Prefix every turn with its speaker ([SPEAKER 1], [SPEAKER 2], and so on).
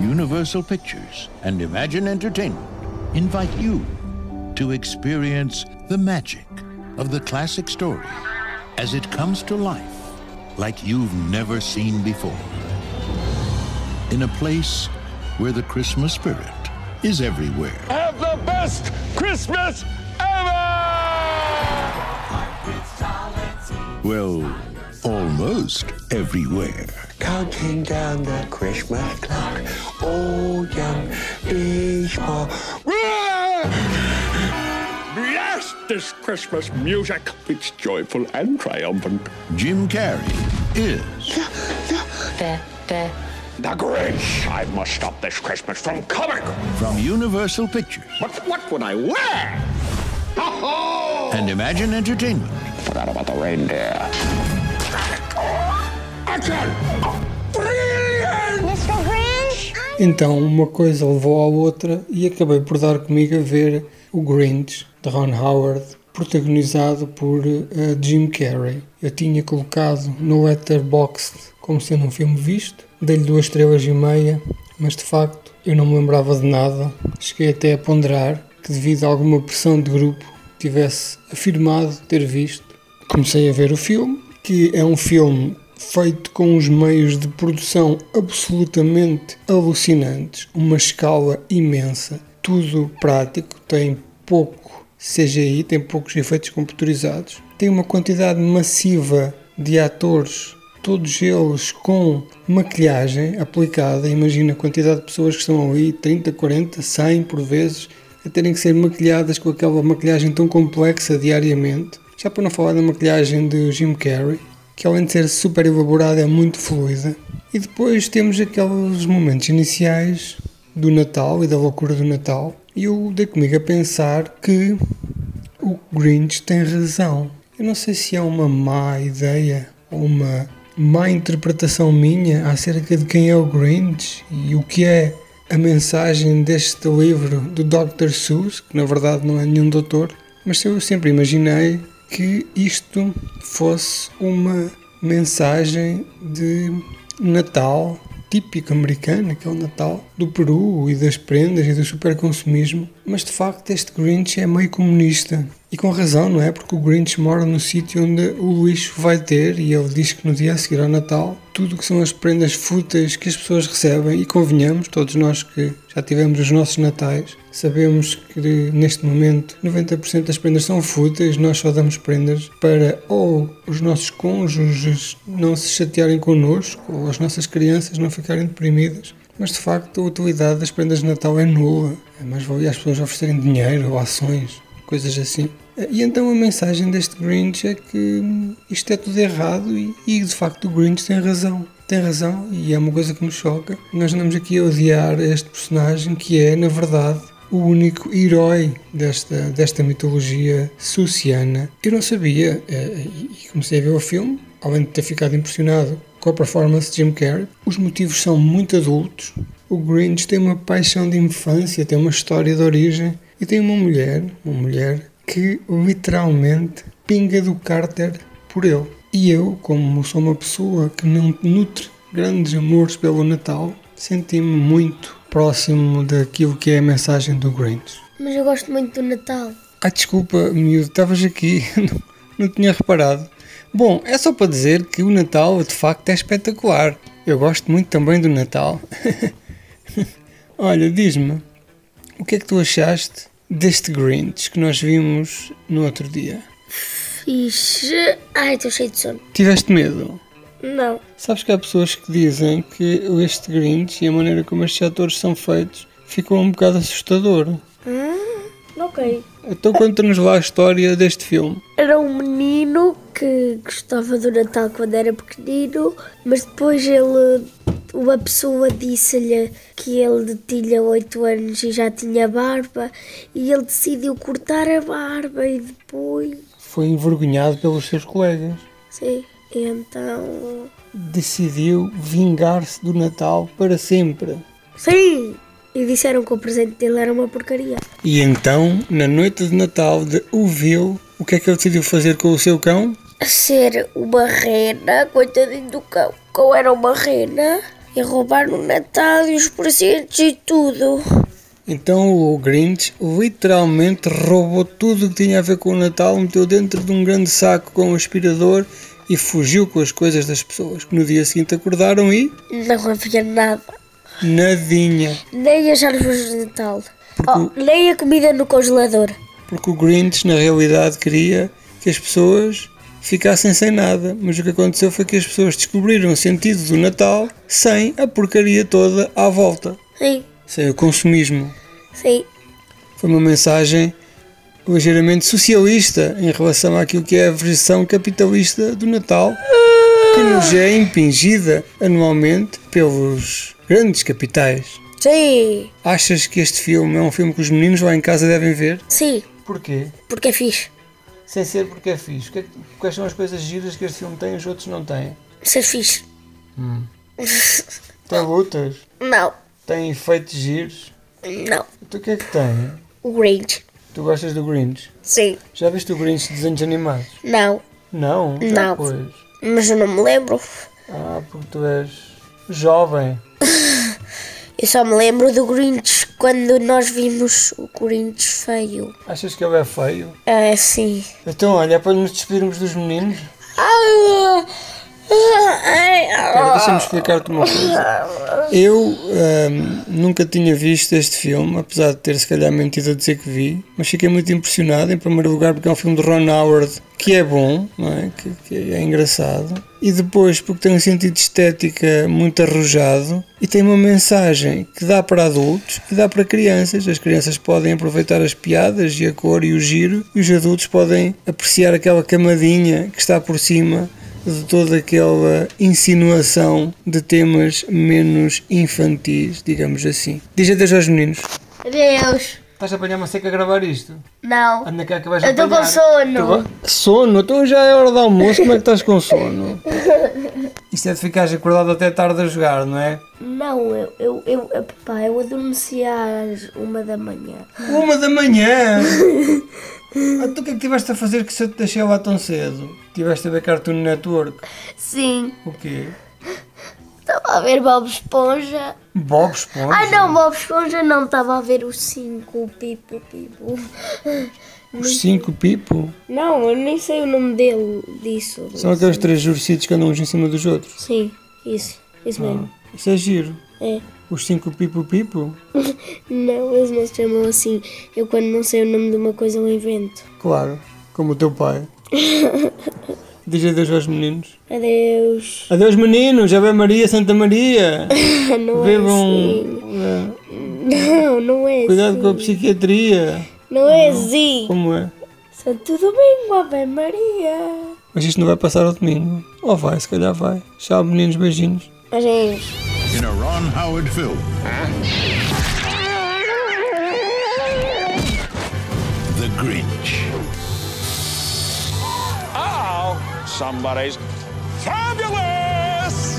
[SPEAKER 1] Universal Pictures and Imagine Entertainment invite you to experience the magic of the classic story as it comes to life like you've never seen before. In a place where the Christmas spirit is everywhere.
[SPEAKER 2] Have the best Christmas ever!
[SPEAKER 1] Well, almost everywhere.
[SPEAKER 3] counting down the Christmas clock. Oh, young baseball.
[SPEAKER 2] Blast this Christmas music. It's joyful and triumphant.
[SPEAKER 1] Jim Carrey is
[SPEAKER 4] the the
[SPEAKER 2] The Grinch. I must stop this Christmas from coming.
[SPEAKER 1] from Universal Pictures
[SPEAKER 2] But what would I wear? Ho-ho!
[SPEAKER 1] and Imagine Entertainment.
[SPEAKER 2] Forgot about the reindeer. Action! Brilliant!
[SPEAKER 5] Mr. Grinch?
[SPEAKER 6] Então, uma coisa levou à outra e acabei por dar comigo a ver o Grinch, de Ron Howard, protagonizado por eh, Jim Carrey. Eu tinha colocado no Letterboxd como sendo um filme visto, dei-lhe duas estrelas e meia, mas de facto eu não me lembrava de nada. Cheguei até a ponderar que devido a alguma pressão de grupo tivesse afirmado ter visto, comecei a ver o filme, que é um filme feito com os meios de produção absolutamente alucinantes, uma escala imensa, tudo prático, tem pouco CGI, tem poucos efeitos computadorizados, tem uma quantidade massiva de atores, todos eles com maquilhagem aplicada, imagina a quantidade de pessoas que estão ali, 30, 40, 100 por vezes, a terem que ser maquilhadas com aquela maquilhagem tão complexa diariamente. Já para não falar da maquilhagem de Jim Carrey, que além de ser super elaborada é muito fluida. E depois temos aqueles momentos iniciais do Natal e da loucura do Natal. E eu dei comigo a pensar que o Grinch tem razão. Eu não sei se é uma má ideia ou uma má interpretação minha acerca de quem é o Grinch e o que é a mensagem deste livro do Dr. Seuss, que na verdade não é nenhum doutor, mas eu sempre imaginei que isto fosse uma mensagem de Natal típico americano, aquele Natal do Peru e das prendas e do superconsumismo, mas de facto este Grinch é meio comunista. E com razão, não é? Porque o Grinch mora no sítio onde o lixo vai ter e ele diz que no dia a seguir ao Natal tudo o que são as prendas fúteis que as pessoas recebem e convenhamos, todos nós que já tivemos os nossos natais, sabemos que neste momento 90% das prendas são fúteis, nós só damos prendas para ou os nossos cônjuges não se chatearem connosco ou as nossas crianças não ficarem deprimidas. Mas de facto a utilidade das prendas de Natal é nula. É mais valia as pessoas oferecerem dinheiro ou ações, coisas assim. E então a mensagem deste Grinch é que hum, isto é tudo errado e, e, de facto o Grinch tem razão. Tem razão e é uma coisa que me choca. Nós andamos aqui a odiar este personagem que é, na verdade, o único herói desta, desta mitologia suciana. Eu não sabia eh, e e comecei a ver o filme, além de ter ficado impressionado com a performance de Jim Carrey. Os motivos são muito adultos. O Grinch tem uma paixão de infância, tem uma história de origem e tem uma mulher, uma mulher que literalmente pinga do cárter por ele. E eu, como sou uma pessoa que não nutre grandes amores pelo Natal, senti-me muito próximo daquilo que é a mensagem do Grinch.
[SPEAKER 5] Mas eu gosto muito do Natal.
[SPEAKER 6] Ah, desculpa, miúdo, estavas aqui, não, não tinha reparado. Bom, é só para dizer que o Natal de facto é espetacular. Eu gosto muito também do Natal. Olha, diz-me, o que é que tu achaste deste Grinch que nós vimos no outro dia?
[SPEAKER 5] Ixi. Ai, estou cheio de sono.
[SPEAKER 6] Tiveste medo?
[SPEAKER 5] Não.
[SPEAKER 6] Sabes que há pessoas que dizem que este Grinch e a maneira como estes atores são feitos ficou um bocado assustador.
[SPEAKER 5] Ok.
[SPEAKER 6] Então conta-nos lá a história deste filme.
[SPEAKER 5] Era um menino que gostava do Natal quando era pequenino, mas depois ele. Uma pessoa disse-lhe que ele tinha 8 anos e já tinha barba, e ele decidiu cortar a barba e depois.
[SPEAKER 6] Foi envergonhado pelos seus colegas.
[SPEAKER 5] Sim. E então.
[SPEAKER 6] Decidiu vingar-se do Natal para sempre.
[SPEAKER 5] Sim! E disseram que o presente dele era uma porcaria.
[SPEAKER 6] E então, na noite de Natal de Uville, o que é que ele decidiu fazer com o seu cão?
[SPEAKER 5] a ser uma rena, coitadinho do cão. O cão era uma rena e roubar o Natal e os presentes e tudo.
[SPEAKER 6] Então o Grinch literalmente roubou tudo o que tinha a ver com o Natal, meteu dentro de um grande saco com um aspirador e fugiu com as coisas das pessoas que no dia seguinte acordaram e
[SPEAKER 5] Não havia nada.
[SPEAKER 6] nadinha.
[SPEAKER 5] Nem as árvores de Natal. Oh,
[SPEAKER 6] Porque-
[SPEAKER 5] nem a comida no congelador.
[SPEAKER 6] Porque o Grinch na realidade queria que as pessoas ficassem sem nada, mas o que aconteceu foi que as pessoas descobriram o sentido do Natal sem a porcaria toda à volta,
[SPEAKER 5] Sim,
[SPEAKER 6] sem o consumismo.
[SPEAKER 5] sim.
[SPEAKER 6] Foi uma mensagem ligeiramente socialista em relação àquilo que é a versão capitalista do Natal, que nos é impingida anualmente pelos grandes capitais.
[SPEAKER 5] Sim,
[SPEAKER 6] Achas que este filme é um filme que os meninos lá em casa devem ver?
[SPEAKER 5] sim.
[SPEAKER 6] Porquê?
[SPEAKER 5] Porque é fixe.
[SPEAKER 6] Sem ser porque é fixe. Que- Quais são as coisas giras que este filme tem e os outros não têm?
[SPEAKER 5] Ser é fixe.
[SPEAKER 6] Tem lutas?
[SPEAKER 5] Não,
[SPEAKER 6] Tem efeitos giros?
[SPEAKER 5] não.
[SPEAKER 6] Então o que é que tem?
[SPEAKER 5] O Grinch.
[SPEAKER 6] Tu gostas do Grinch?
[SPEAKER 5] Sim,
[SPEAKER 6] Já viste o Grinch de desenhos animados?
[SPEAKER 5] não.
[SPEAKER 6] Não? Já,
[SPEAKER 5] Não.
[SPEAKER 6] Pois.
[SPEAKER 5] Mas eu não me lembro.
[SPEAKER 6] Ah, porque tu és jovem.
[SPEAKER 5] Eu só me lembro do Grinch quando nós vimos o Grinch feio.
[SPEAKER 6] Achas que ele é feio?
[SPEAKER 5] É, sim.
[SPEAKER 6] Então olha, é para nos despedirmos dos meninos. Espera, deixa-me explicar-te uma coisa. Eu ahm, nunca tinha visto este filme, apesar de ter se calhar mentido a dizer que vi, mas fiquei muito impressionado, em primeiro lugar, porque é um filme de Ron Howard que é bom, não é? Que, que é engraçado, e depois porque tem um sentido de estética muito arrojado e tem uma mensagem que dá para adultos e dá para crianças. As crianças podem aproveitar as piadas e a cor e o giro, e os adultos podem apreciar aquela camadinha que está por cima de toda aquela insinuação de temas menos infantis, digamos assim. Diz adeus aos meninos.
[SPEAKER 5] Adeus.
[SPEAKER 6] Estás a apanhar uma seca a gravar isto?
[SPEAKER 5] Não.
[SPEAKER 6] Anda cá que vais
[SPEAKER 5] Eu estou com sono.
[SPEAKER 6] Sono? Então já é hora do almoço, como é que estás com sono? Isto é de ficares acordado até tarde a jogar, não é?
[SPEAKER 5] Não, eu, eu, eu, eu, papá, eu adormeci às uma da manhã.
[SPEAKER 6] Uma da manhã! Ah, tu o que é que tiveste a fazer que se eu te deixei lá tão cedo? Tiveste a ver Cartoon Network?
[SPEAKER 5] Sim,
[SPEAKER 6] O quê?
[SPEAKER 5] estava a ver Bob Esponja.
[SPEAKER 6] Bob Esponja?
[SPEAKER 5] Ai não, Bob Esponja não, estava a ver o tipo, 5, o Pipo, Pipo.
[SPEAKER 6] Os cinco pipo?
[SPEAKER 5] Não, eu nem sei o nome dele, disso.
[SPEAKER 6] São aqueles três ursitos que andam uns em cima dos outros.
[SPEAKER 5] Sim, isso, isso mesmo.
[SPEAKER 6] Isso é giro.
[SPEAKER 5] É.
[SPEAKER 6] Os cinco pipo-pipo?
[SPEAKER 5] Não, eles não se chamam assim. Eu quando não sei o nome de uma coisa eu invento.
[SPEAKER 6] Claro, como o teu pai. Diz adeus aos meninos.
[SPEAKER 5] Adeus.
[SPEAKER 6] Adeus meninos, Ave Maria, Santa Maria.
[SPEAKER 5] Ah, Não é assim.
[SPEAKER 6] Bebam. eh,
[SPEAKER 5] Não, não é
[SPEAKER 6] Cuidado com a
[SPEAKER 5] assim.
[SPEAKER 6] psiquiatria.
[SPEAKER 5] Não é assim.
[SPEAKER 6] Como é?
[SPEAKER 5] Santo Domingo, Ave Maria.
[SPEAKER 6] Mas isto não vai passar ao domingo. Ou vai, se calhar vai. Tchau meninos, beijinhos.
[SPEAKER 5] Adeus.
[SPEAKER 1] in a Ron Howard film. The Grinch.
[SPEAKER 2] Oh, somebody's fabulous!